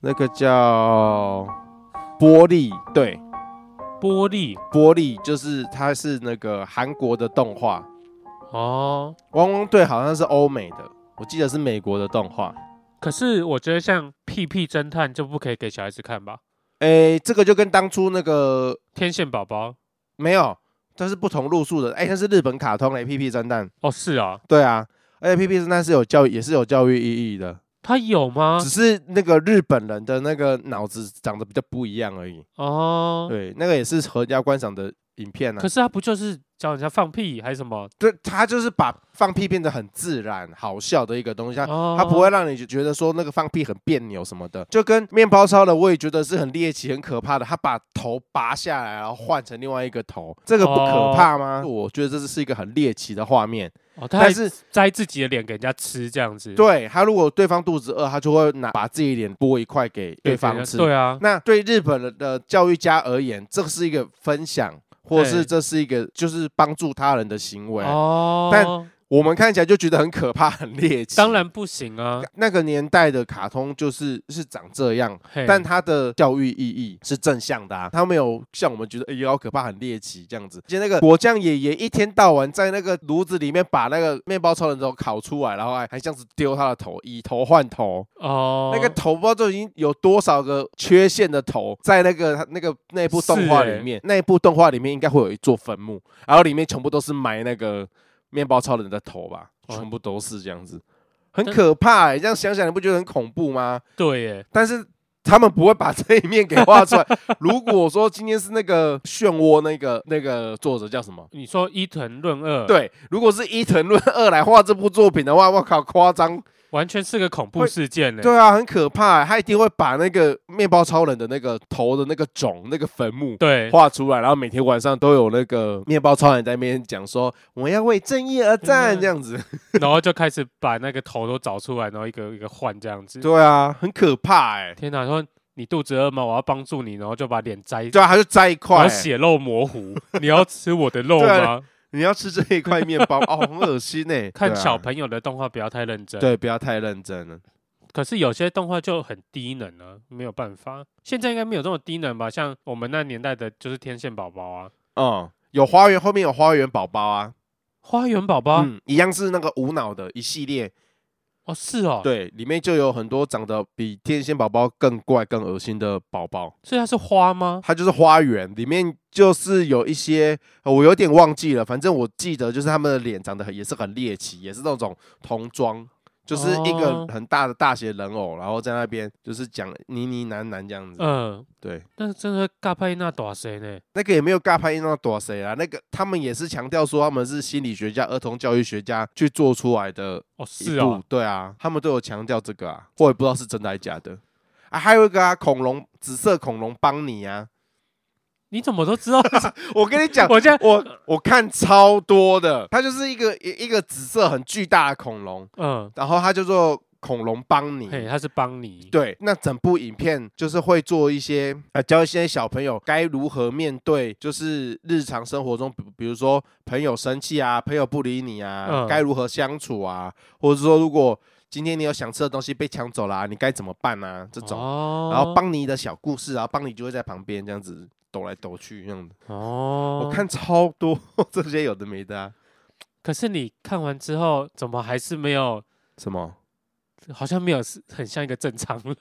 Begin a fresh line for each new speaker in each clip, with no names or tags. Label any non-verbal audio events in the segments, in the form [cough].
那个叫玻璃，对，
玻璃
玻璃就是它是那个韩国的动画，
哦。
汪汪队好像是欧美的，我记得是美国的动画。
可是我觉得像《屁屁侦探》就不可以给小孩子看吧，
诶，这个就跟当初那个
《天线宝宝》
没有，它是不同路数的。诶，那是日本卡通嘞，《屁屁侦探》。
哦，是啊，
对啊，而且《屁屁侦探》是有教育，也是有教育意义的，
它有吗
只？是那个日本人的那个脑子长得比较不一样而已。
哦，
对，那个也是合家观赏的影片啊
可。是它不就是教人家放屁还是什么？
对，他就是把放屁变得很自然、好笑的一个东西，他
哦，
它不会让你觉得说那个放屁很别扭什么的，就跟面包超人，我也觉得是很猎奇、很可怕的。他把头拔下来，然后换成另外一个头，这个不可怕吗？我觉得这是一个很猎奇的画面。
哦，它还
但是，
摘自己的脸给人家吃这样子，
对他如果对方肚子饿，他就会拿把自己脸剥一块给对
给人家
方吃。
对啊，
那对日本人的呃教育家而言，这是一个分享，或
对
是这是一个就是帮助他人的行为。
哦，
但我们看起来就觉得很可怕、很猎奇。
当然不行啊，
那个年代的卡通就是是长这样，
嘿
但它的教育意义是正向的啊，它没有像我们觉得哎、好可怕、很猎奇这样子。而且那个果酱爷爷一天到晚在那个炉子里面把那个面包超人头烤出来，然后还还这样子丢他的头，以头换头，
哦，
那个头不知道就已经有多少个缺陷的头在那个那个那部动画
欸
里面，那部动画里面应该会有一座坟墓，然后里面全部都是埋那个面包超人的头吧，
哦
全部都是这样子，很可怕、欸。这样想想你不觉得很恐怖吗？
对耶，
但是他们不会把这一面给画出来。 [laughs] 如果说今天是那个漩涡那个那个作者叫什么？
你说伊藤润二，，
对，如果是伊藤润二来画这部作品的话，我靠，夸张！
完全是个恐怖
会
事件呢。
对啊，很可怕欸、他一定会把那个面包超人的那个头的那个种、那个坟墓
对，
画出来，然后每天晚上都有那个面包超人在那边讲说：“我要为正义而战。”
嗯
这样子。
然后就开始把那个头都找出来，然后一个一个换这样子。
对啊，很可怕哎、
天哪，说你肚子饿吗？我要帮助你，然后就把脸摘，
对啊，他就摘一
然
块
后
欸、
[laughs] 血肉模糊。你要吃我的肉
[laughs] 对啊
吗？
你要吃这一块面包哦，很恶心哎、
[laughs] 看
对啊
小朋友的动画不要太认真。，
对，不要太认真了。
可是有些动画就很低能啊，没有办法。现在应该没有这么低能吧？像我们那年代的就是天线宝宝啊，
嗯，有花园，后面有花园宝宝啊，
花园宝宝。
嗯，一样是那个无脑的一系列，
哦，是哦，，
对，里面就有很多长得比天线宝宝更怪、更恶心的宝宝。
所以它是花吗？
它就是花园，里面就是有一些，呃我有点忘记了，反正我记得就是他们的脸长得很也是很猎奇，也是那种童装。就是一个
哦
很大的大写人偶，然后在那边就是讲呢呢喃喃这样子。
嗯，
对，
但是真的嘎派那打谁呢？
那个也没有尬拍到躲谁啊？那个他们也是强调说他们是心理学家、儿童教育学家去做出来的
哦，
一
是
部
哦，
对啊，他们都有强调这个啊，我也不知道是真的还是假的啊。还有一个啊，恐龙紫色恐龙邦尼啊，
你怎么都知道？ [laughs]
我跟你讲，
我现在，
我我看超多的，它就是一个一一个紫色很巨大的恐龙，
嗯，
[laughs] 然后它叫做恐龙邦尼。
嘿，他是邦尼。
嗯对，那整部影片就是会做一些呃，教一些小朋友该如何面对，就是日常生活中，比比如说朋友生气啊，朋友不理你啊，
嗯
该如何相处啊，或者说如果今天你有想吃的东西被抢走了啊、你该怎么办啊？这种，
哦
然后邦尼的小故事啊，邦尼就会在旁边这样子抖来抖去这样子。
哦，
我看超多 [laughs] 这些有的没的、啊，
可是你看完之后，怎么还是没有？
什么？
好像没有是很像一个正常人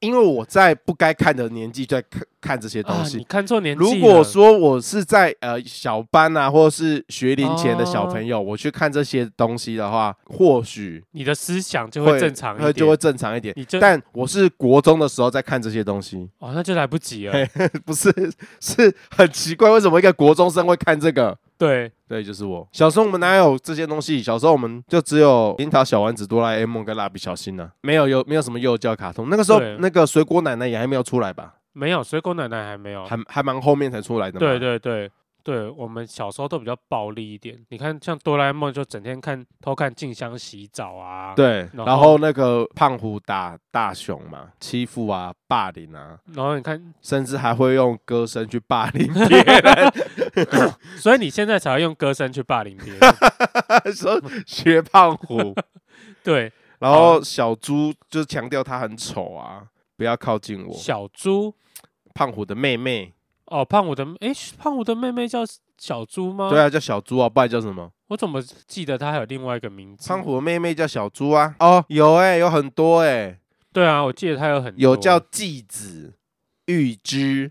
因为我在不该看的年纪在看看这些东
啊！
西
你，看错年纪了。
如果说我是在呃小班啊，或者是学龄前的小
哦
朋友，我去看这些东西的话，或许
你的思想就会正常一
会
点，
就会正常一点。
你就
但我是国中的时候在看这些东西， [laughs]
哦，那就来不及了
嘿。不是是很奇怪，为什么一个国中生会看这个？
对，
对，就是我。小时候我们哪有这些东西？小时候我们就只有樱桃小丸子、哆啦 A 梦跟蜡笔小新呢、啊，没有有没有什么幼教卡通。那个时候
对
那个水果奶奶也还没有出来吧？
没有水果奶奶还没有。
还还蛮后面才出来的嘛。
哦对对对对，我们小时候都比较暴力一点。你看，像哆啦 A 梦就整天看偷看静香洗澡啊，，
对，然
然后
后那个胖虎打大雄嘛，欺负啊、霸凌啊，
然后你看，
甚至还会用歌声去霸
[laughs]
凌别 [laughs] 人，
所以你
[laughs]
现在才要用歌声去霸凌别人。
说学胖虎。
对，
然后小猪就是强调她很丑啊，不要靠近我。
小猪
胖虎的妹妹，
哦，胖虎的诶，胖虎的妹妹叫小猪吗？
对啊，叫小猪啊，不然叫什么？
我怎么记得她还有另外一个名字？
胖虎的妹妹叫小猪啊。哦，有哎、有很多哎、
对啊，我记得她有很多
有叫纪子、玉芝、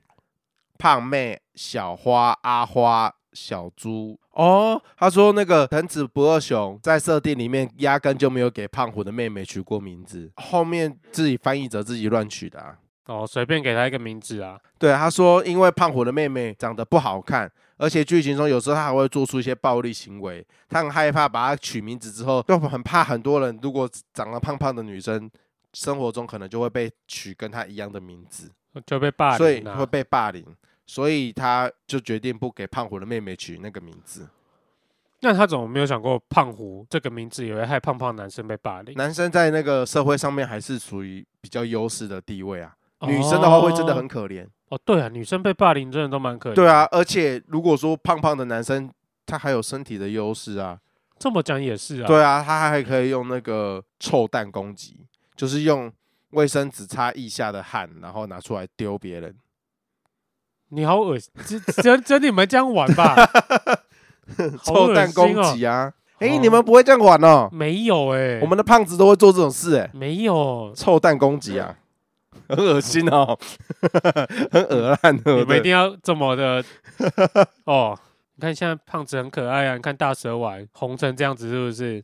胖妹、小花、阿花、小猪。哦，他说那个藤子不二雄在设定里面压根就没有给胖虎的妹妹取过名字，后面自己翻译者自己乱取的啊。
哦，随便给她一个名字啊。
对，他说因为胖虎的妹妹长得不好看，而且剧情中有时候她还会做出一些暴力行为，他很害怕把她取名字之后，就很怕很多人如果长得胖胖的女生，生活中可能就会被取跟她一样的名字。
就被霸
所以
凌、啊，
会被霸凌，所以他就决定不给胖虎的妹妹取那个名字。
那他怎么没有想过胖虎这个名字也会害胖胖男生被霸凌？
男生在那个社会上面还是属于比较优势的地位啊，女生的话会真的很
哦
可怜。
哦，对啊，女生被霸凌真的都蛮可怜。
对啊，，而且如果说胖胖的男生，他还有身体的优势啊，
这么讲也是啊。
对啊，他还可以用那个臭蛋攻击，就是用卫生纸擦腋下的汗，然后拿出来丢别人。 [laughs]
你好恶心，只只只你们这样玩吧？ [laughs] 好恶
臭蛋攻
心哦
击啊！哎、
哦
你们不会这样玩哦，
没有哎、
我们的胖子都会做这种事哎、
没有，
臭蛋攻击啊，很恶心 [laughs] 哦，很恶烂的。
你们
[laughs]
一
[laughs] 对
定要这么的哦。你看现在胖子很可爱啊，你看大蛇丸红成这样子是不是？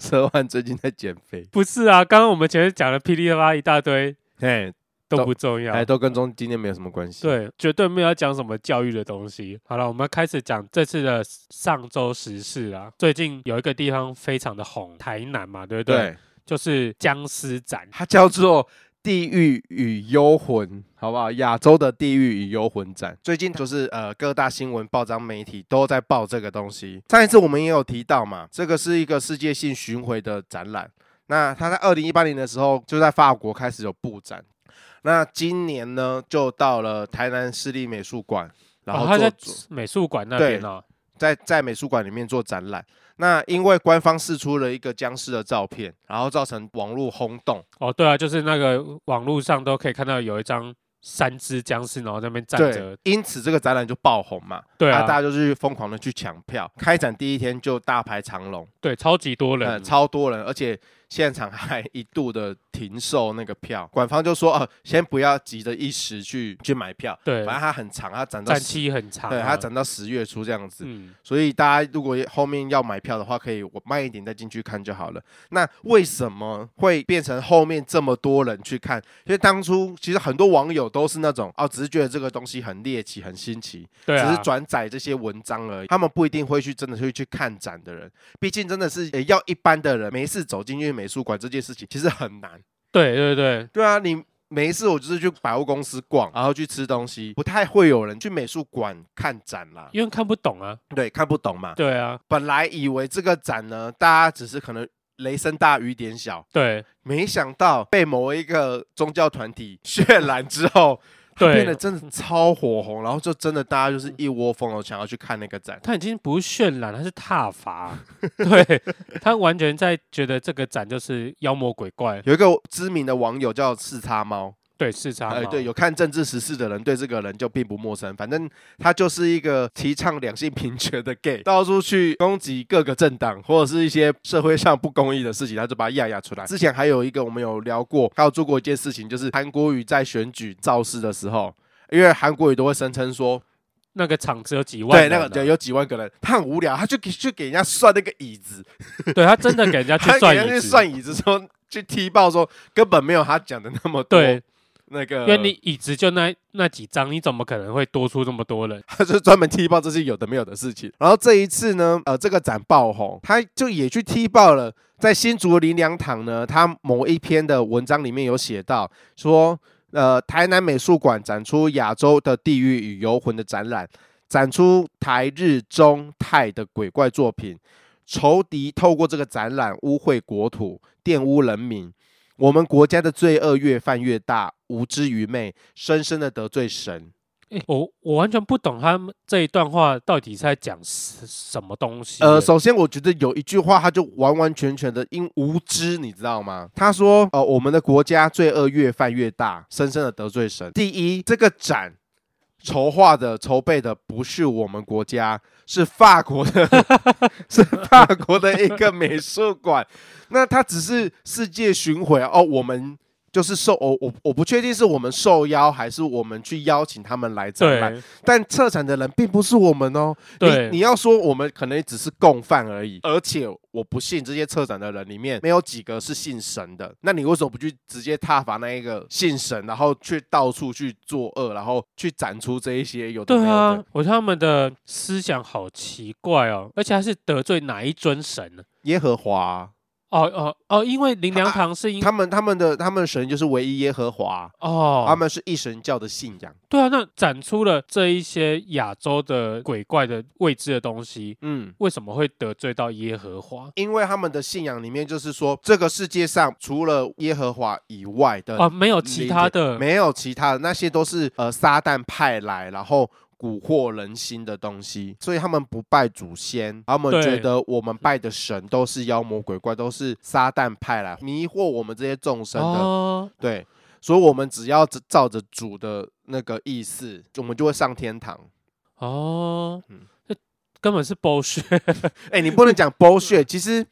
蛇丸最近在减肥，
不是啊，刚刚我们前面讲的噼里啪啦一大堆
哎，
都
都
不重要
哎，，都跟中今天没有什么关系。，
对，绝对没有要讲什么教育的东西。好了，我们开始讲这次的上周时事啦。最近有一个地方非常的红，台南嘛，对不对？
对，
就是僵尸展。
它叫做。地狱与幽魂，好不好？亚洲的地狱与幽魂展，最近就是呃各大新闻、报章、媒体都在报这个东西。上一次我们也有提到嘛，这个是一个世界性巡回的展览。那它在二零一八年的时候就在法国开始有布展，那今年呢就到了台南市立美术馆，然后
哦他
做
在
主、
美术馆那边哦，
在在美术馆里面做展览。那因为官方释出了一个僵尸的照片，然后造成网络轰动，
哦，对啊，就是那个网络上都可以看到有一张三只僵尸，然后在那边站着
对。，因此这个展览就爆红嘛，
对
大
啊，
家就去疯狂的去抢票。开展第一天就大排长龙，
对，超级多
呃，
人，
超多人，而且现场还一度的停售那个票，馆方就说，呃，先不要急着一时去去买票，
对
反，正它很长，它展到
站
十，
期很长啊。
对，它展到十月初这样子，
嗯，
所以大家如果后面要买票的话，可以我慢一点再进去看就好了。那为什么会变成后面这么多人去看？因为当初其实很多网友都是那种哦，只是觉得这个东西很猎奇、很新奇，
对啊，
只是转载这些文章而已。他们不一定会去真的会去看展的人，毕竟真的是、呃要一般的人没事走进去美术馆这件事情其实很难。
对对对，
对啊，你没事我就是去百货公司逛，然后去吃东西，不太会有人去美术馆看展啦。
因为看不懂啊，
对，看不懂嘛。
对啊，
本来以为这个展呢，大家只是可能雷声大雨点小，
对
没想到被某一个宗教团体渲染之后，它
对
变得真的超火红，然后就真的大家就是一窝蜂的想要去看那个展。
他已经不是渲染，他是踏伐，对他完全在觉得这个展就是妖魔鬼怪，
有一个知名的网友叫四叉猫，
对视察嘛，
哎，对，有看政治时事的人对这个人就并不陌生。反正他就是一个提倡两性平权的 gay，到处去攻击各个政党或者是一些社会上不公义的事情，他就把它压压出来。之前还有一个我们有聊过，还有做过一件事情，就是韩国瑜在选举造势的时候。因为韩国瑜都会声称说，
那个场子有几万
对
人
那
啊，
个对有几万个人，他很无聊，他就给去给人家算那个椅子，
对他真的给
[laughs]
人家去
他给
算
人家
椅
去
子，
算椅子说去踢爆说根本没有他讲的那么多，
对，
那个
因为你椅子就那那几张，你怎么可能会多出这么多人？
他就专门踢爆这些有的没有的事情。然后这一次呢，呃，这个展爆红，他就也去踢爆了。在新竹林良堂呢，他某一篇的文章里面有写到说，呃，台南美术馆展出亚洲的地狱与游魂的展览，展出台日中泰的鬼怪作品，仇敌透过这个展览污秽国土，玷污人民。我们国家的罪恶越犯越大，无知愚昧，深深的得罪神。
诶我我完全不懂他们这一段话到底是在讲什什么东西。
呃，首先我觉得有一句话，他就完完全全的因无知，你知道吗？他说，呃，我们的国家罪恶越犯越大，深深的得罪神。第一，这个展筹划的、筹备的不是我们国家，是法国的，是法国的一个美术馆。 [laughs] 那它只是世界巡回哦，我们。就是受我我我不确定是我们受邀还是我们去邀请他们来展览，
对
但策展的人并不是我们哦，
对
你你要说我们可能只是共犯而已，而且我不信这些策展的人里面没有几个是信神的，那你为什么不去直接踏伐那一个信神，然后去到处去作恶，然后去展出这一些有的没
对
有的？
啊，我觉得他们的思想好奇怪哦，而且还是得罪哪一尊神呢？
耶和华啊、
哦哦哦，因为林良堂是因、
他们他们的他们神就是唯一耶和华。啊
哦，
他们是一神教的信仰，
对啊，那展出了这一些亚洲的鬼怪的未知的东西，
嗯，
为什么会得罪到耶和华？
因为他们的信仰里面就是说，这个世界上除了耶和华以外的
哦，没有其他的，
呃没有其他的，那些都是呃撒旦派来，然后蛊惑人心的东西，所以他们不拜祖先，他们
对
觉得我们拜的神都是妖魔鬼怪，都是撒旦派来迷惑我们这些众生的，
哦，
对，所以我们只要照着主的那个意思，我们就会上天堂。
哦
嗯，
这根本是 bullshit，
哎，你不能讲 bullshit，其实。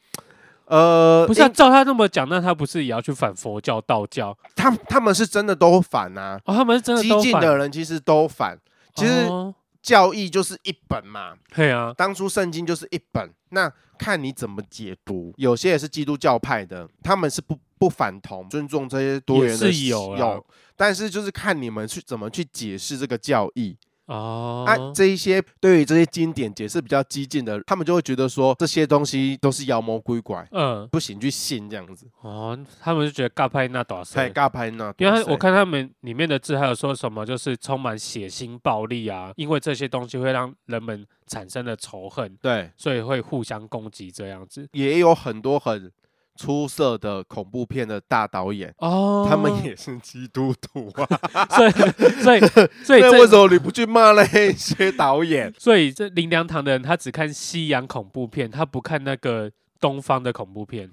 呃，
不是、啊、
因
照他那么讲，那他不是也要去反佛教、道教？
他他们是真的都反啊，
哦，他们是真的
激
都
进
反，
的人其实都反。其实
哦
教义就是一本嘛，
对啊，
当初圣经就是一本，那看你怎么解读。有些也是基督教派的，他们是不不反同，尊重这些多元的
也是有啦
有，但是就是看你们去怎么去解释这个教义。
哦，
啊，这一些对于这些经典解释比较激进的，他们就会觉得说这些东西都是妖魔鬼怪，
嗯，
不行去信这样子。
哦，他们就觉得尬拍那多
才
塞。
尬拍呢？
因为他我看他们里面的字，还有说什么就是充满血腥暴力啊，因为这些东西会让人们产生了仇恨，
对，
所以会互相攻击这样子。
也有很多很出色的恐怖片的大导演，
哦，
他们，也是基督徒啊。
所以
[laughs]
所以所以
那为什
这
么你不去骂那一些导演？ [laughs]
所以这林良堂的人，他只看西洋恐怖片，他不看那个东方的恐怖片，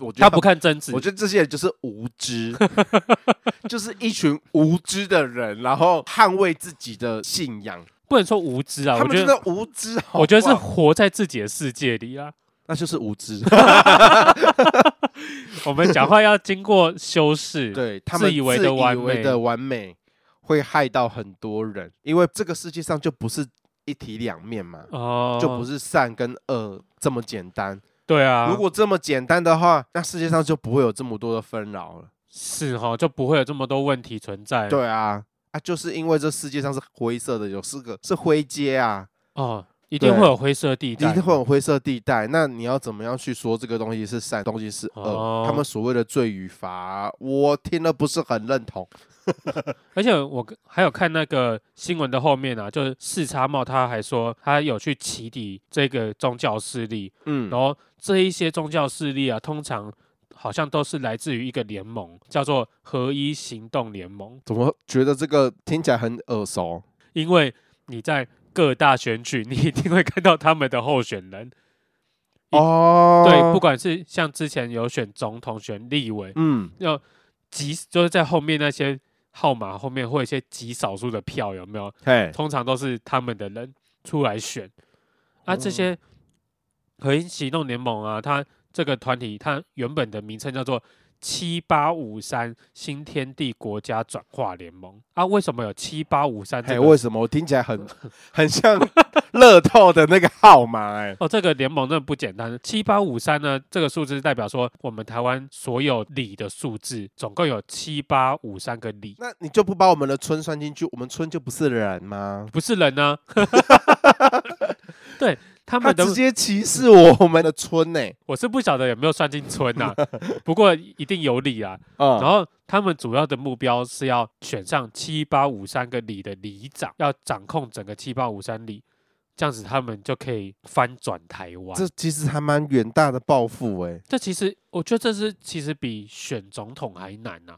我觉得
他不，看贞子
我，觉得这些人就是无知， [laughs] 就是一群无知的人，然后捍卫自己的信仰。
不能说无知啊，
他
我
们
觉
真
得
的无知好不好，哦
我觉得是活在自己的世界里啊。
那就是无知。
我们讲话要经过修
[laughs] [laughs]
饰，
对他们
自以为的完
自以
美
为的完美会害到很多人，因为这个世界上就不是一体两面嘛，
哦，
就不是善跟恶这么简单。
对啊，
如果这么简单的话，那世界上就不会有这么多的纷扰了。
是哈，就不会有这么多问题存在。
对啊，啊，就是因为这世界上是灰色的，有四个是灰阶啊，
哦，一定
对
会有灰色地
一
带，
定会有灰色地带。那你要怎么样去说这个东西是善，东西是恶？
哦
他们所谓的罪与罚，我听了不是很认同。
而且我跟还有看那个新闻的后面啊，就是四叉帽他还说他有去起底这个宗教势力，
嗯
然后这一些宗教势力啊，通常好像都是来自于一个联盟，叫做合一行动联盟，
怎么觉得这个听起来很耳熟？
因为你在各大选举，你一定会看到他们的候选人。一
哦，
对，不，管是像之前有选总统、选立委，
嗯，
要极就是在后面那些号码后面会有一些极少数的票，有没有？
嘿，
通常都是他们的人出来选。啊，
哦
这些核心行动联盟啊，它这个团体它原本的名称叫做七八五三新天地国家转化联盟啊。为什么有七八五三这
嘿，
个？
为什么我听起来很很像乐透的那个号码、哎，
哦，这个联盟真的不简单。七八五三呢，这个数字代表说我们台湾所有里的数字，总共有七八五三个里，
那你就不把我们的村算进去？我们村就不是人吗？
不是人呢、 [laughs] 对他
他
们的
直，接歧视我们的村呢、
我是不晓得有没有算进村 [laughs] 呐、不过一定有里啊。
啊、
然后他们主要的目标是要选上七八五三个里的里长，要掌控整个七八五三里，这样子他们就可以翻转台湾。
这其实还蛮远大的抱负哎、
这其实，我觉得这是其实比选总统还难呐、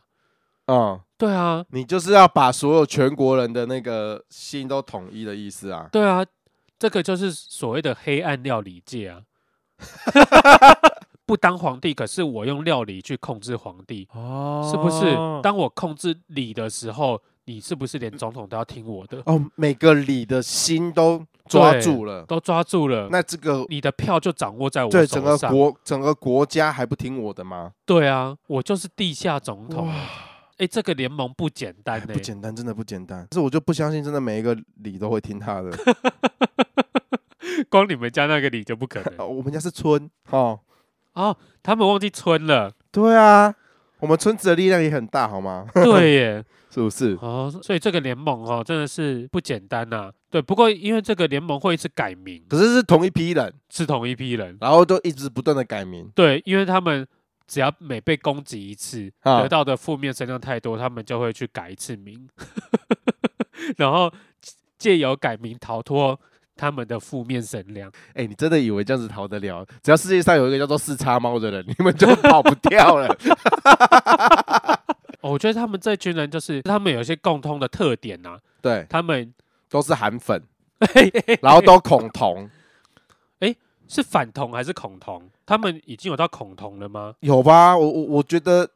啊
嗯，
对啊，
你就是要把所有全国人的那个心都统一的意思啊。
对啊，这个就是所谓的黑暗料理界啊。 [laughs] 不当皇帝，可是我用料理去控制皇帝，
哦
是不是？当我控制你的时候，你是不是连总统都要听我的？
哦，每个里的心都抓
对
住了，
都抓住了，
那这个
你的票就掌握在我
对整
手
个
上。
国整个国家还不听我的吗？
对啊，我就是地下总统。哎，这个联盟不简单呢、
不简单，真的不简单。这我就不相信，真的每一个里都会听他 [laughs] 的。
光你们家那个你就不可能
哦我们家是村 [laughs] 哦，
哦，他们忘记村
[laughs]
了。
对啊，我们村子的力量也很大，好吗？ [laughs]
对耶，
是不是？
哦，所以这个联盟哦，真的是不简单呐、对，不过因为这个联盟会一直改名，
可是是同一批人，
是同一批人。
然后都一直不断的改名。
对，因为他们只要每被攻击一次，
啊
得到的负面声量太多，他们就会去改一次名， [laughs] 然后借由改名逃脱他们的负面声量。
哎、你真的以为这样子逃得了？只要世界上有一个叫做四叉猫的人， [laughs] 你们就跑不掉了。 [laughs]
哦，我觉得他们这群人就是他们有一些共通的特点呐、
对，
他们
都是韩粉，然后都恐同，
是反同还是恐同？他们已经有到恐同了吗？
有吧？我我我觉得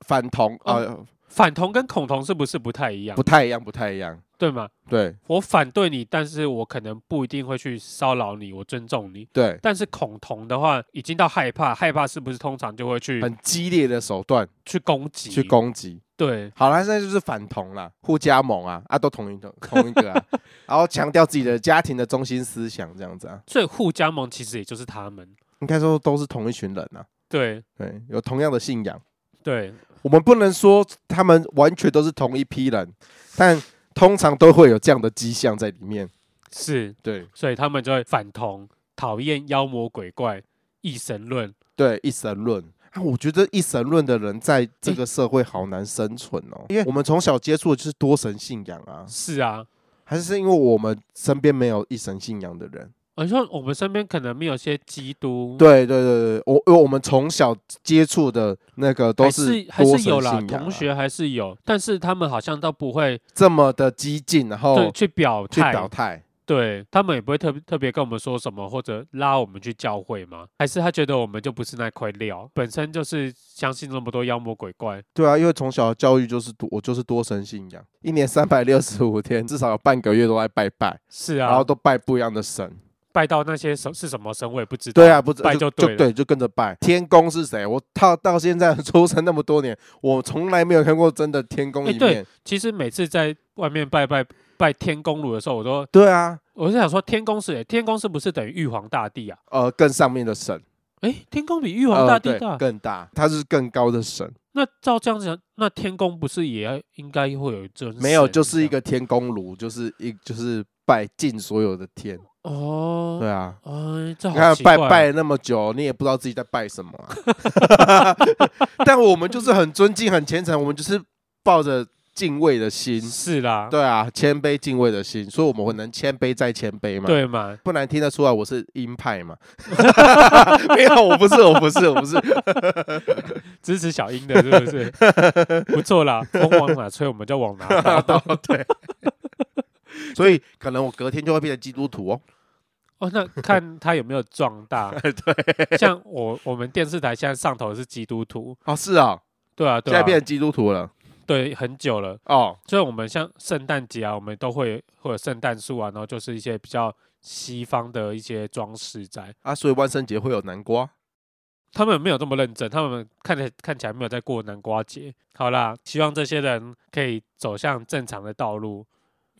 反同啊、
哦反同跟恐同是不是不太一样？
不太一样，不太一样。
对吗？
对
我反对你，但是我可能不一定会去骚扰你，我尊重你。
对，
但是恐同的话，已经到害怕，害怕是不是通常就会去
很激烈的手段
去攻击？
去攻击。
对
好啦，现在就是反同啦，互加盟啊，啊，都同一个同一个啊，然后强调自己的家庭的中心思想这样子啊，
所以互加盟其实也就是他们。
应该说都是同一群人啊，
对
对，有同样的信仰。
对，
我们不能说他们完全都是同一批人，但通常都会有这样的迹象在里面。
是，
对
所以他们就会反同，讨厌妖魔鬼怪、异神论。
对，一神论啊，我觉得一神论的人在这个社会好难生存哦，因为我们从小接触的就是多神信仰啊，
是啊，
还是因为我们身边没有一神信仰的人。
我说我们身边可能没有些基督，
对对对对，我因为我们从小接触的那个都
还
是
还
多
是
神
有
信
啦，
仰啊、
同学还是有，但是他们好像都不会
这么的激进，然
对
后
去表
哦去
态，
表态。
对他们也不会特别特别跟我们说什么，或者拉我们去教会吗？还是他觉得我们就不是那块料，本身就是相信那么多妖魔鬼怪？
对啊，因为从小的教育就是多，我就是多神信仰，一年三百六十五天，至少有半个月都在拜拜，
是
然后
啊，
都拜不一样的神。
拜到那些什是什么神我也不知道。
对啊，不知
拜就对
就
了
对，就跟着拜。天公是谁？我到到现在 [laughs] 出生那么多年，我从来没有看过真的天公
哎
一
对
面。
其实每次在外面拜拜拜天公炉的时候，我都
对啊，
我是想说天公是谁天公是不是等于玉皇大帝啊？
呃，更上面的神，
哎，天公比玉
玉
皇大帝大。
更大，他是更高的神，
那照这样讲，那天公不是也要应该会有一尊神这样？
没有，就是一个天公炉，就是一就是拜尽所有的天。
哦，
对啊，
哎，这
你
好
看
奇
拜
怪哦
拜了那么久，你也不知道自己在拜什么、啊。
[laughs]
[laughs] 但我们就是很尊敬、很虔诚，我们就是抱着敬畏的心，
是啦，
对啊，谦卑敬畏的心，所以我们会能谦卑再谦卑嘛。，
对嘛？
不难听得出来我是鹰派
[laughs]
嘛。没有，我不是，我不是，我不是。
支持小英的，是不是？
[laughs]
不错啦，风往哪吹，我们就往哪倒。
对。 [laughs] 所以可能我隔天就会变成基督徒哦。
哦，那看他有没有壮
[laughs]
大。对，像我我们电视台现在上头是基督徒，
哦，是啊，
对啊，
现
对
在
啊，
变成基督徒了。
对很久了。
哦，
所以我们像圣诞节啊，我们都会会有圣诞树啊，然后就是一些比较西方的一些装饰在。
啊，所以万圣节会有南瓜。
他们没有这么认真，他们看起来看起来没有在过南瓜节。好啦，希望这些人可以走向正常的道路。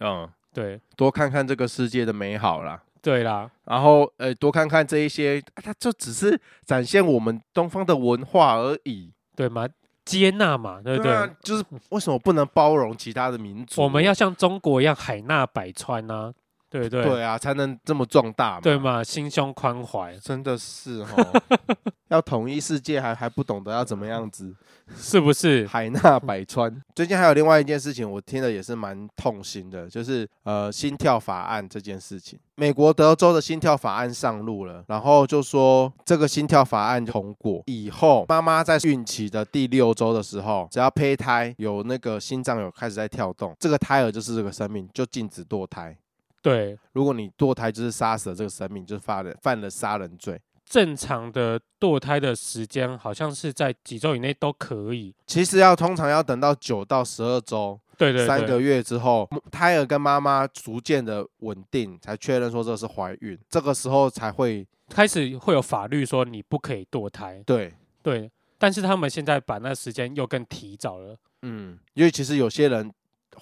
嗯，
对
多看看这个世界的美好啦。
对啦，
然后呃，多看看这一些，啊它就只是展现我们东方的文化而已。
对嘛，接纳嘛，对不对？
啊，就是为什么不能包容其他的民族？
我们要像中国一样海纳百川啊，对不对？
对啊，才能这么壮大嘛。[laughs]
对嘛，心胸宽怀，
真的是
[laughs]
哈，要统一世界还还不懂得要怎么样子
是不是？
海纳百川。最近还有另外一件事情，我听了也是蛮痛心的，就是呃心跳法案这件事情。美国德州的心跳法案上路了，然后就说这个心跳法案通过以后，妈妈在孕期的第六周的时候，只要胚胎有那个心脏有开始在跳动，这个胎儿就是这个生命，就禁止堕胎。
对，
如果你堕胎，就是杀死了这个生命，就是犯了犯了杀人罪。
正常的堕胎的时间好像是在几周以内都可以。
其实要通常要等到九到十二周，
对对对，
三个月之后，母胎儿跟妈妈逐渐的稳定，才确认说这是怀孕，这个时候才会
开始会有法律说你不可以堕胎。
对，
对，但是他们现在把那时间又更提早了。
嗯，因为其实有些人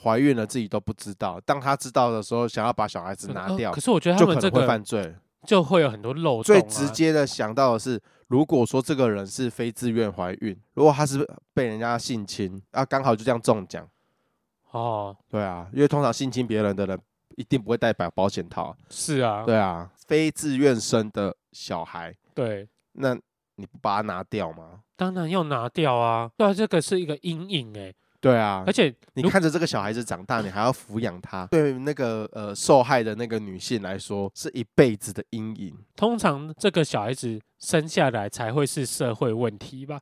怀孕了自己都不知道，当他知道的时候，想要把小孩子拿
呃
掉
可，是我觉得他
就可
们这
能会
个
犯罪。
就会有很多漏洞、啊。
最直接的想到的是，如果说这个人是非自愿怀孕，如果他是被人家性侵，啊，刚好就这样中奖，
哦，
对啊，因为通常性侵别人的人一定不会戴保保险套，
是啊，
对啊，非自愿生的小孩，
对，
那你不把它拿掉吗？
当然要拿掉啊。对啊，这个是一个阴影哎、
对啊
而，且
你
如
看着这个小孩子长大，你还要抚养他，对于那个呃受害的那个女性来说，是一辈子的阴影。
通常这个小孩子生下来才会是社会问题吧，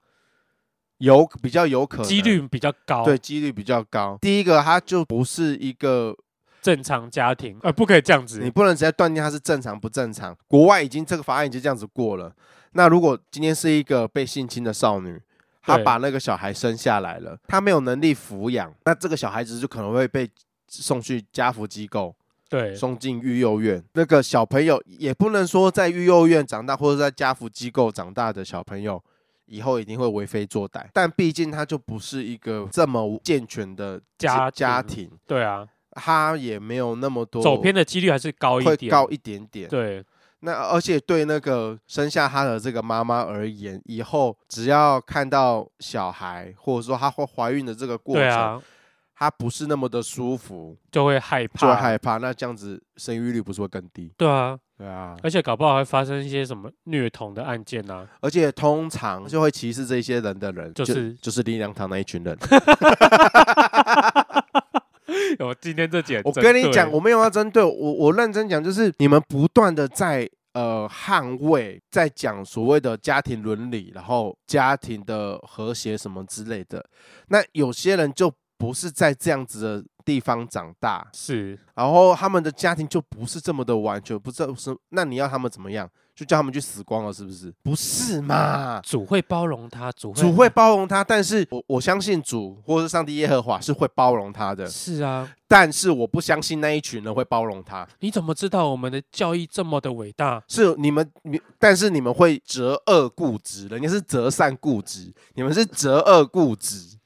有比较有可能
几率比较高。
对，几率比较高。第一个，他就不是一个，
正常家庭呃不可以这样
你
子。
不能直接断定他是正常不正常。国外已经这个法案已经这样子过了。那如果今天是一个被性侵的少女，她
对
把那个小孩生下来了，她没有能力抚养，那这个小孩子就可能会被送去家扶机构。
对
送进育幼院。那个小朋友也不能说在育幼院长大或者在家扶机构长大的小朋友，以后一定会为非作歹。但毕竟他就不是一个这么健全的
家
家
庭
庭，
对啊，
他也没有那么多
走偏的几率还是高一
会
点。
高一点点。
对
那而且对那个生下他的这个妈妈而言，以后只要看到小孩或者说她怀怀孕的这个过
对
程，
啊，
她不是那么的舒服，
就会害
就会
怕。
害怕。那这样子生育率不是会更低？
对啊，
对啊，
而且搞不好会发生一些什么虐童的案件啊。
而且通常就会歧视这些人的人，
就
就是就是林良堂那一群 [laughs] 人。
我今天这节，
[laughs] 我跟你讲，，我没有要针对我，我认真讲，就是你们不断的在呃捍卫，在讲所谓的家庭伦理，然后家庭的和谐什么之类的。那有些人就不是在这样子的地方长大，
是
然后他们的家庭就不是这么的完全，不是是，那你要他们怎么样？就叫他们去死光了，是不是？不是嘛？
主会包容他，主会
主会包容他，但是我我相信主或是上帝耶和华是会包容他的，
是啊。
但是我不相信那一群人会包容他。
你怎么知道我们的教义这么的伟大？
是你们，你但是你们会择恶固执，人家是择善固执，你们是择恶固执，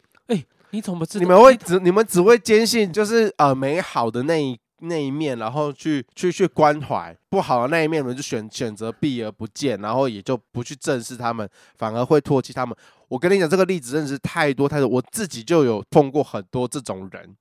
你怎么知道？
你们会只你们只会坚信就是呃美好的那一那一面，然后去去去关怀不好的那一面，你们就选选择避而不见，然后也就不去正视他们，反而会唾弃他们。我跟你讲，这个例子真的是太多太多，我自己就有碰过很多这种人，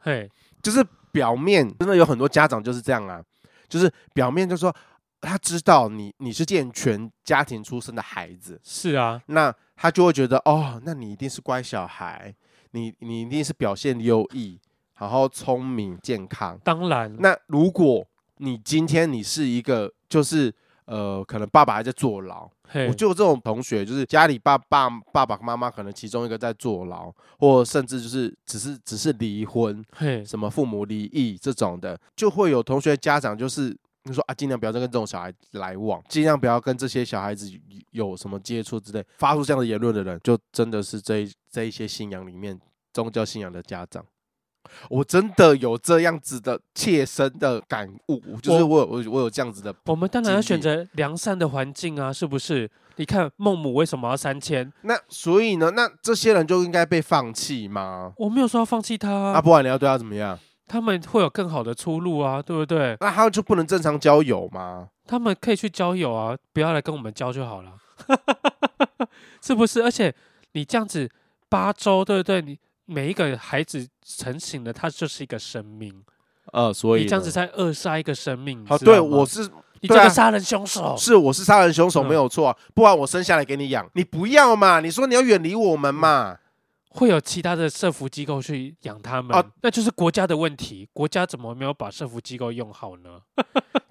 嘿，
就是表面真的有很多家长就是这样啊，就是表面就说他知道你你是健全家庭出身的孩子，
是啊，
那他就会觉得哦，那你一定是乖小孩，你你一定是表现优异，然后聪明健康。
当然，
那如果你今天你是一个就是呃，可能爸爸还在坐牢，
嘿
我，就有这种同学，就是家里爸爸爸爸妈妈可能其中一个在坐牢，或甚至就是只是只是离婚，
嘿，
什么父母离异这种的，就会有同学家长就是就说啊，尽量不要再跟这种小孩来往，尽量不要跟这些小孩子有有什么接触之类，发出这样的言论的人，就真的是这一这一些信仰里面宗教信仰的家长。我真的有这样子的切身的感悟，就是我有我有我有这样子的，
我们当然要
经
选
历
择良善的环境啊，是不是？你看孟母为什么要三迁？
那所以呢，那这些人就应该被放弃吗？
我没有说要放弃他啊、
啊，不然你要对他怎么样？
他们会有更好的出路啊，对不对？
那他就不能正常交友吗？
他们可以去交友啊，不要来跟我们交就好了， [laughs] 是不是？而且你这样子八周，对不对？你每一个孩子成型了，他就是一个生命，
呃，所以
你这样
呢
子在扼杀一个生命。你
好，
知道
对
吗
我是
你这
对
个
啊
杀人凶手，
是我是杀人凶手
哦嗯
没有错啊，不然我生下来给你养，你不要嘛，你说你要远离我们
[laughs]
嘛，
会有其他的社服机构去养他们，
啊
那就是国家的问题。国家怎么没有把社服机构用好呢？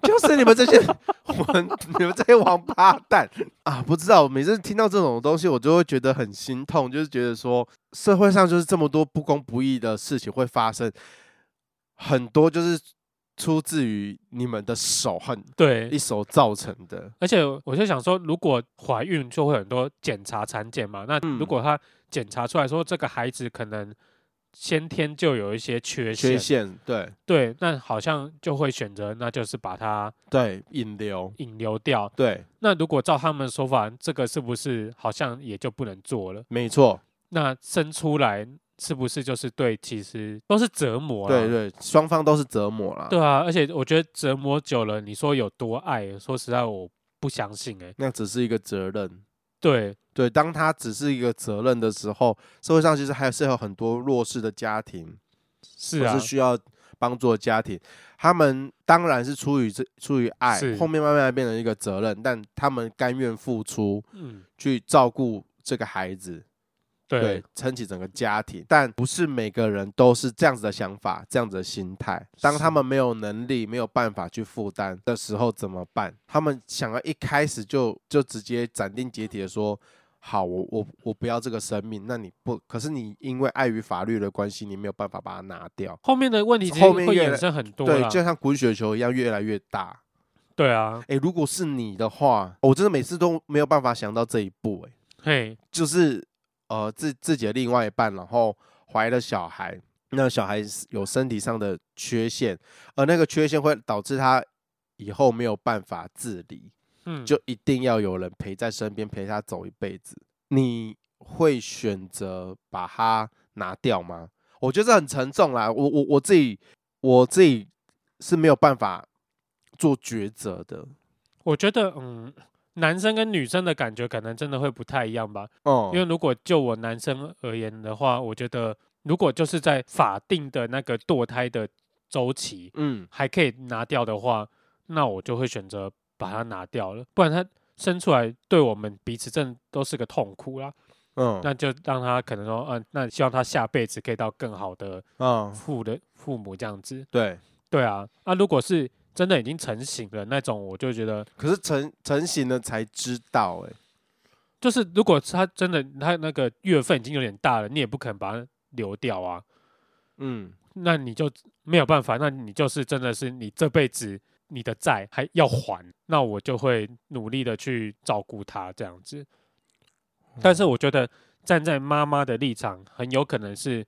就是你们这些 [laughs] 我们你们这些王八蛋啊！不知道，我每次听到这种东西，我就会觉得很心痛，就是觉得说社会上就是这么多不公不义的事情会发生，很多就是出自于你们的手很
对
一，手造成的。
而且我就想说，如果怀孕就会有很多检查产检嘛，那
嗯
如果他检查出来说这个孩子可能先天就有一些缺陷，
缺陷，对
对，那好像就会选择那就是把它
对，引流，
引流掉。
对，
那如果照他们的说法，这个是不是好像也就不能做了？
没错，
那生出来是不是就是对，其实都是折磨啊啦
对对，双方都是折磨啦。
对啊，而且我觉得折磨久了，你说有多爱，说实在我不相信哎、
那只是一个责任。
对
对，当他只是一个责任的时候，社会上其实还是有很多弱势的家庭，
是
或
啊
是，需要帮助的家庭，他们当然是出于这出于爱
是，
后面慢慢地变成一个责任，但他们甘愿付出
嗯，
去照顾这个孩子，
对，
对，撑起整个家庭。但不是每个人都是这样子的想法，这样子的心态。当
是
他们没有能力、没有办法去负担的时候，怎么办？他们想要一开始就就直接斩钉截铁的说。好，我我我不要这个生命，那你不，可是你因为碍于法律的关系，你没有办法把它拿掉，
后面的问题其实
后面
会
越
衍
来
生很多
对，
啦，
就像滚雪球一样越来越大。
对啊，
诶，如果是你的话，我真的每次都没有办法想到这一步、诶。
嘿，
就是呃自自己的另外一半，然后怀了小孩，那小孩是有身体上的缺陷，而那个缺陷会导致他以后没有办法自理，
嗯，
就一定要有人陪在身边，陪他走一辈子。你会选择把它拿掉吗？我觉得这很沉重啦，我我我自己我自己是没有办法做抉择的。
我觉得嗯，男生跟女生的感觉可能真的会不太一样吧，
哦、
因为如果就我男生而言的话，我觉得如果就是在法定的那个堕胎的周期，
嗯，
还可以拿掉的话，那我就会选择把它拿掉了，不然它生出来对我们彼此真的都是个痛苦啦。
嗯
那就让他可能说，嗯、那希望他下辈子可以到更好的
嗯，
父的父母这样子。
对。
对啊，那、如果是真的已经成型了那种，我就觉得
可是成成型了才知道、欸，
就是如果他真的他那个月份已经有点大了，你也不可能把它流掉啊。
嗯，
那你就没有办法，那你就是真的是你这辈子你的债还要还，那我就会努力的去照顾他这样子。
嗯
但是我觉得站在妈妈的立场，很有可能是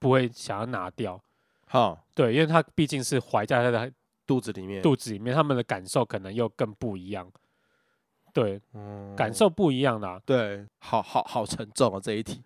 不会想要拿掉，
好，
对，因为她毕竟是怀在她的
肚子里面，
肚子里面，他们的感受可能又更不一样，对，
嗯
感受不一样啦。 [laughs]
对，好好好沉重哦这一题，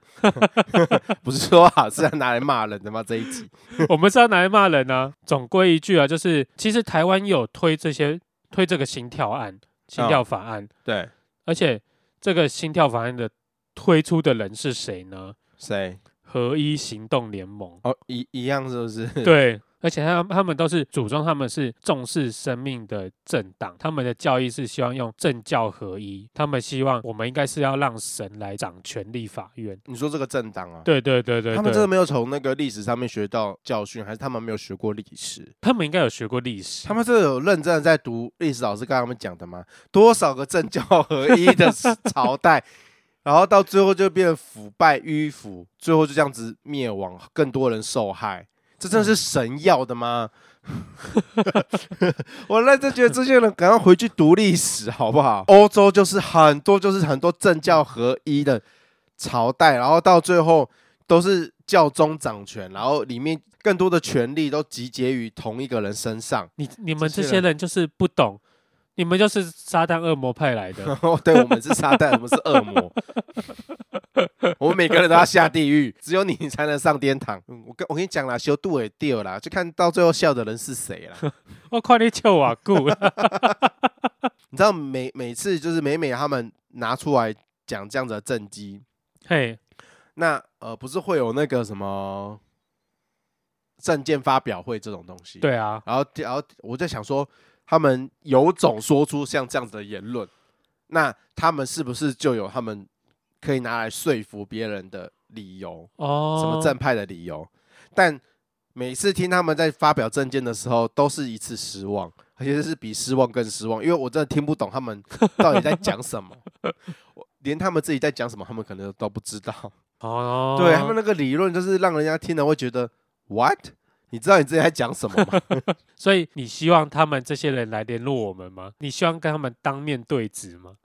[laughs] 不是说好是要拿来骂人的吗？这一集，
我们是要拿来骂人啊。总归一句啊，就是其实台湾有推这些推这个心跳案、心
嗯
跳法案。
对，
而且这个心跳法案的推出的人是谁呢？
谁？
合一行动联盟。
哦，一一样是不是？
对，而且他他们都是主张他们是重视生命的政党，他们的教义是希望用政教合一，他们希望我们应该是要让神来掌权立法院。
[laughs] 你说这个政党啊，
对对对对
他们真的
对，
没有从那个历史上面学到教训，还是他们没有学过历史？
他们应该有学过历史，
他们真的有认真的在读历史老师跟他们讲的吗？多少个政教合一的时朝代，然后到最后就变成腐败迂腐，最后就这样子灭亡，更多人受害，这真的是神要的吗？ [laughs] 我认真觉得这些人赶快回去读历史好不好？欧洲就是很多就是很多政教合一的朝代，然后到最后都是教宗掌权，然后里面更多的权力都集结于同一个人身上。
你你们
这
这
些
些
人
人就是不懂，你们就是撒旦恶魔派来
[laughs]
的。
哦，对，我们是撒旦，我们是恶魔，我们每个人都要下地狱，只有你才能上天堂。嗯我跟我跟你讲啦，修度也掉啦，就看到最后笑的人是谁啦。
我快点救我 [laughs] 顾，
你知道每每次就是每每他们拿出来讲这样子的政绩，
嘿，
那呃不是会有那个什么证件发表会这种东西。，
对啊，
然后然后我在想说，他们有种说出像这样子的言论，那他们是不是就有他们可以拿来说服别人的理由？
哦，
什么正派的理由，但每次听他们在发表证件的时候，都是一次失望，而且是比失望更失望，因为我真的听不懂他们到底在讲什
[laughs]
么，我连他们自己在讲什么，他们可能都不知道。
哦，
对他们那个理论，就是让人家听了会觉得 what？你知道你自己在讲什么
[laughs]
吗？
所以你希望他们这些人来联络我们吗？你希望跟他们当面对质吗？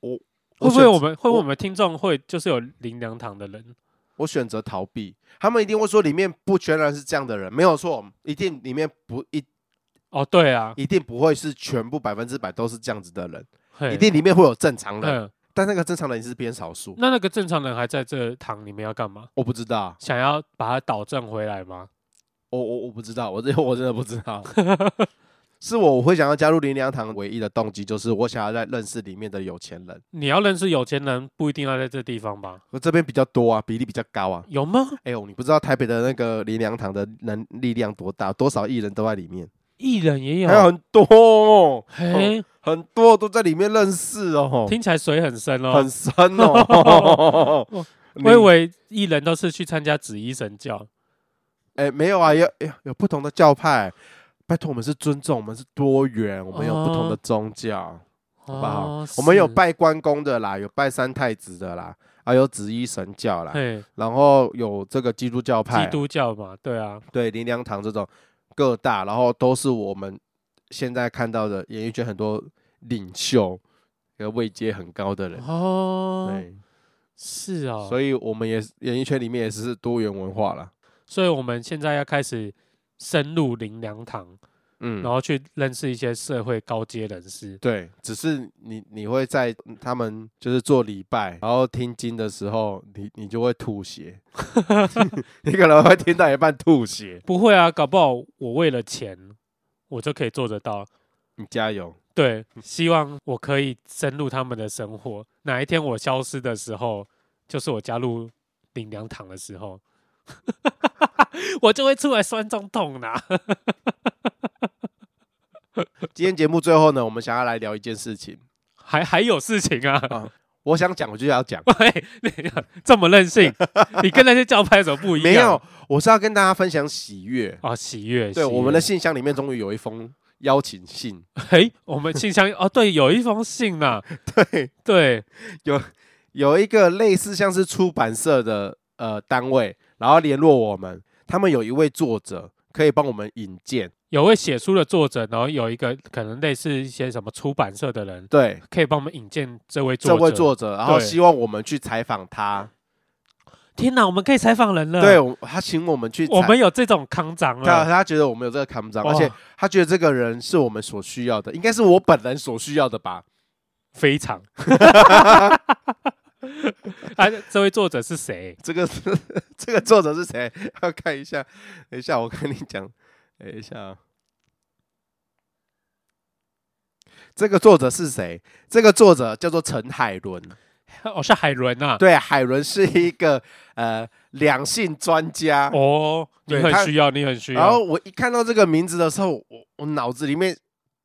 会不会
选
我们会不会
我
我们听众会就是有林良堂的人？
我选择逃避，他们一定会说里面不全然是这样的人，没有错，一定里面不一
哦，对啊，
一定不会是全部百分之百都是这样子的人，
嘿
一定里面会有正常人，
嗯，
但那个正常人也是偏少数，
那那个正常人还在这堂里面要干嘛？
我不知道，
想要把它导正回来吗？
我我我不知道，我这我真的不 [laughs] 知道。是我我会想要加入林良堂唯一的动机，就是我想要在认识里面的有钱人，
你要认识有钱人，不一定要在这地方吧？
我这边比较多啊，比例比较高啊。
有吗？
哎呦，你不知道台北的那个林良堂的能力量多大，多少艺人都在里面，
艺人也有
还，有很多、哦，
嘿，
很多都在里面认识哦，
听起来水很深哦
很。深
[laughs]
哦。你
我以为艺人都是去参加紫衣神教，
哎、没有啊，有有有不同的教派，拜托我们是尊重，我们是多元，我们有不同的
哦
宗教。不
好
哦好我们有，拜关公的啦，有拜三太子的啦，还有紫衣神教啦，
嘿，
然后有这个基督教派
基
啊，
督教嘛，对啊，
对林良堂这种各大，然后都是我们现在看到的演艺圈很多领袖，呃，位阶很高的人。
哦，
对，
是哦，所以
所以我们也是演艺圈里面也是多元文化啦。
我们现在要开始深入林良堂，然
嗯，
后去认识一些社会高阶人士。
对，只是你你会在嗯他们就是做礼拜，然后听经的时候，你你就会吐 [laughs] 血，你可能会听到一半吐血。
不会啊，搞不好我为了钱，我就可以做得到。
你加油！
对，
嗯
希望我可以深入他们的生活。哪一天我消失的时候，就是我加入林良堂的时候， [laughs] 我就会出来酸中痛啦。
今天节目最后呢，我们想要来聊一件事情，
还还有事情啊！ [laughs]
我想讲我就要 [laughs] 讲，
喂，你这么任性，你跟那些教派有什么不一样？
没有，我是要跟大家分享喜悦。
啊，喜悦。
对，
喜
我们
悦
的信箱里面终于有一封邀请信， [laughs]
嘿，我们信箱哦，对，有一封信呐、
对，
对，
有一个类似像是出版社的呃单位，然后联络我们，他们有一位作者可以帮我们引荐，
有位写书的作者，然后有一个可能类似一些什么出版社的人，
对，
可以帮我们引荐这位作
这
者。
位作者，然后
对
希望我们去采访他，
天哪，我们可以采访人了。
对，，我他请我们去采，
嗯我们有这种康长
他
了。
他觉得我们有这个看不长，而且
哇
他觉得这个人是我们所需要的，应该是我本人所需要的吧。[laughs]
非常。啊，这位作者是谁？
这个 [laughs] 这个作者是谁？ [laughs] 要看一下，等一下我跟你讲，等一下啊，这个作者是谁？这个作者叫做陈海伦，
哦，是海伦啊。
对，海伦是一个呃两性专家。
哦，你
啊对
很
他
需要，你很需
然后
要。
我一看到这个名字的时候，我我脑子里面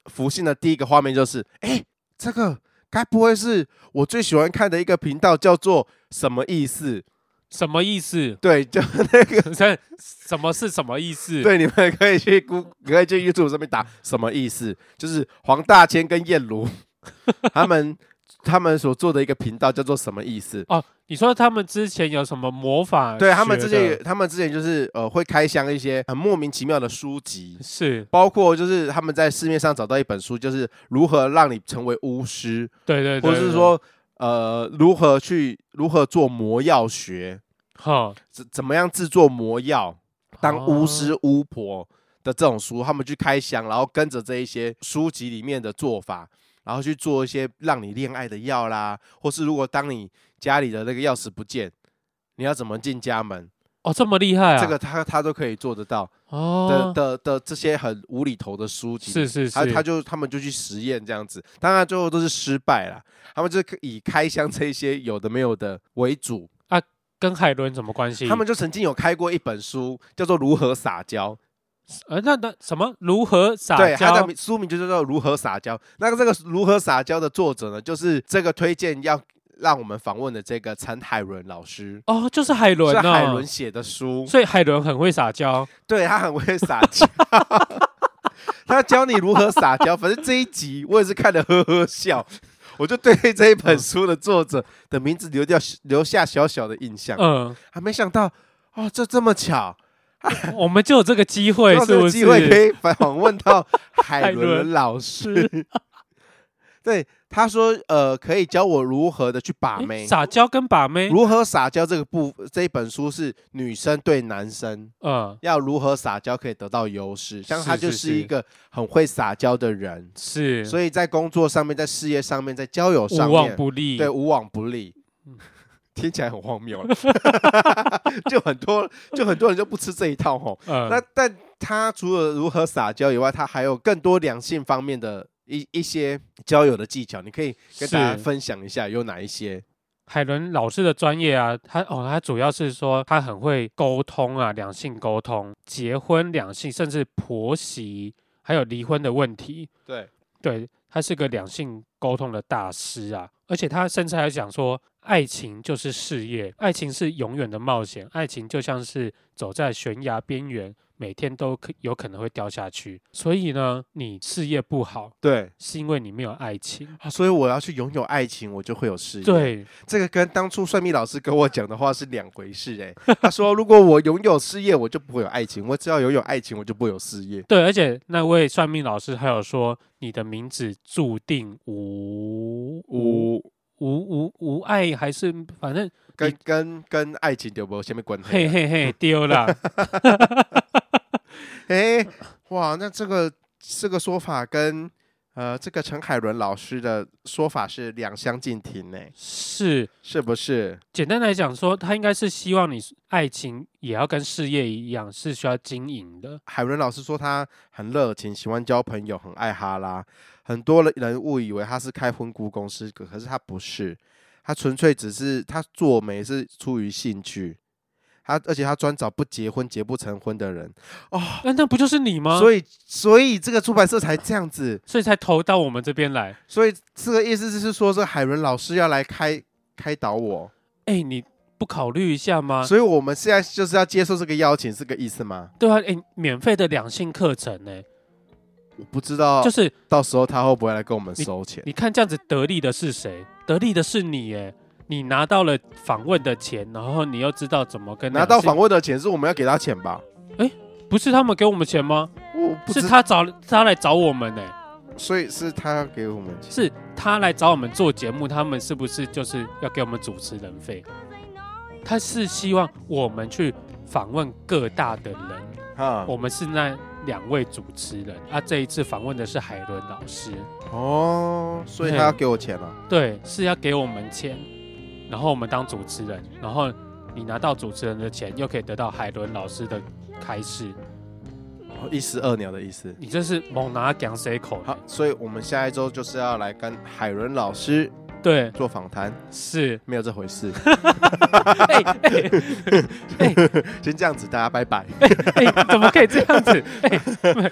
浮现的第一个画面就是，哎，这个该不会是我最喜欢看的一个频道，叫做什么意思？
什么意思？
[laughs] 对，就那个
这什么是什么意思？
对，你们可以
[laughs]
去 g 可以去 YouTube 上面打什么意思？就是黄大千跟燕如
[laughs]
他们他们所做的一个频道叫做什么意思？
哦，你说他们之前有什么魔呃法学的？
对他们之前也，他们之前就是呃会开箱一些很莫名其妙的书籍，
是
包括就是他们在市面上找到一本书，就是如何让你成为巫师，
对对对，
或者
对
是，说呃如何去如何做魔药学，
哈，
怎怎么样制作魔药，当巫师
哦，
巫婆的这种书，他们去开箱，然后跟着这一些书籍里面的做法，然后去做一些让你恋爱的药啦，或是如果当你家里的那个钥匙不见，你要怎么进家门，
哦，这么厉害啊！
这个他他都可以做得到的
哦，
的的这些很无厘头的书籍。
是是
他
是，
他就他们就去实验这样子，当然最后都是失败了。他们就是以开箱这一些有的没有的为主，
跟海伦什么关系？
他们就曾经有开过一本书，叫做《如何撒娇》，
呃，那那什么如何撒
对，它的
娇？
名书名就叫做《如何撒娇》。那这个《如何撒娇》的作者呢，就是这个推荐要让我们访问的这个陈海伦老师，
哦，就是海伦
是
哦，
海伦写的书，
所以海伦很会撒娇。
对他很会撒娇。 [laughs] 他教你如何撒娇，反正这一集我也是看得呵呵笑，我就对这一
嗯
本书的作者的名字留掉留下小小的印象。
嗯，
还没想到哦，这这么巧，
我们就有这个机会，
有
是
这
不
个
是？
机会可以访问到海
[laughs] 海
伦
伦
老师。对，他说呃，可以教我如何的去把
诶
妹，
撒娇跟把妹，
如何撒娇这个部这一本书是女生对男生
嗯，
要如何撒娇可以得到优势，像
是
他就是是一
是
个很会撒娇的人，
是，
所以在工作上面、在事业上面、在交友
无
上面
往，不利。嗯
对，无往不利。听起来很荒谬了， [laughs] 就很多就很多人就不吃这一套吼。
嗯，
那但他除了如何撒娇以外，他还有更多两性方面的一一些交友的技巧，你可以跟大家
是
分享一下有哪一些？
海伦老师的专业啊，他哦，他主要是说他很会沟通啊，两性沟通、结婚、两性，甚至婆媳，还有离婚的问题。
对，
对他是个两性沟通的大师啊，而且他甚至还讲说，爱情就是事业，爱情是永远的冒险，爱情就像是走在悬崖边缘，每天都可有可能会掉下去。所以呢，你事业不好，
对，
是因为你没有爱情。
啊所以我要去拥有爱情，我就会有事业。，
对，
这个跟当初算命老师跟我讲的话是两回事哎、 [laughs] 他说，如果我拥有事业，我就不会有爱情；我只要拥有爱情，我就不会有事业。
对，而且那位算命老师还有说，你的名字注定无无
五
无无无爱，还是反正
跟
你
跟跟爱情有没有下面关
嘿
系？啊
嘿嘿丢了。
哎，哇，那这个这个说法跟呃这个陈海伦老师的说法是两相径庭呢、欸
是
是不是？
简单来讲说，他应该是希望你爱情也要跟事业一样，是需要经营的。
海伦老师说他很热情，喜欢交朋友，很爱哈拉。很多人误以为他是开婚顾公司，可可是他不是，他纯粹只是他做媒是出于兴趣。他而且他专找不结婚、结不成婚的人，
那、那不就是你吗？以
所以所以这个出版社才这样子。
所以才投到我们这边来。
所以这个意思就是说，这海伦老师要来开开导我，
哎，你不考虑一下吗？
所以我们现在就是要接受这个邀请，是这个意思吗？
对啊，哎，免费的两性课程呢、
我不知道，
就是
到时候他会不会来跟我们收钱？
你看这样子得利的是谁？得利的是你耶！你拿到了访问的钱，然后你又知道怎么跟
拿到访
问，
问的钱是我们要给他钱吧？
不是他们给我们钱吗？
我不
是
知，
他找他来找我们呢，
所以是他要给我们钱。
是他来找我们做节目，他们是不是就是要给我们主持人费？他是希望我们去访问各大的人，
哈
我们是那两位主持人啊。这一次访问的是海伦老师，
哦，所以他要给我钱了。
对，是要给我们钱，然后我们当主持人，然后你拿到主持人的钱，又可以得到海伦老师的开示，
哦一石二鸟的意思。
你这是猛拿讲谁口呢？
好，所以我们下一周就是要来跟海伦老师
对，
做访谈，，
是 [laughs]
没有这回 [laughs] 事。
哎哎
[laughs] 先这样子，大家拜拜。
哎，怎么可以这样子？哎，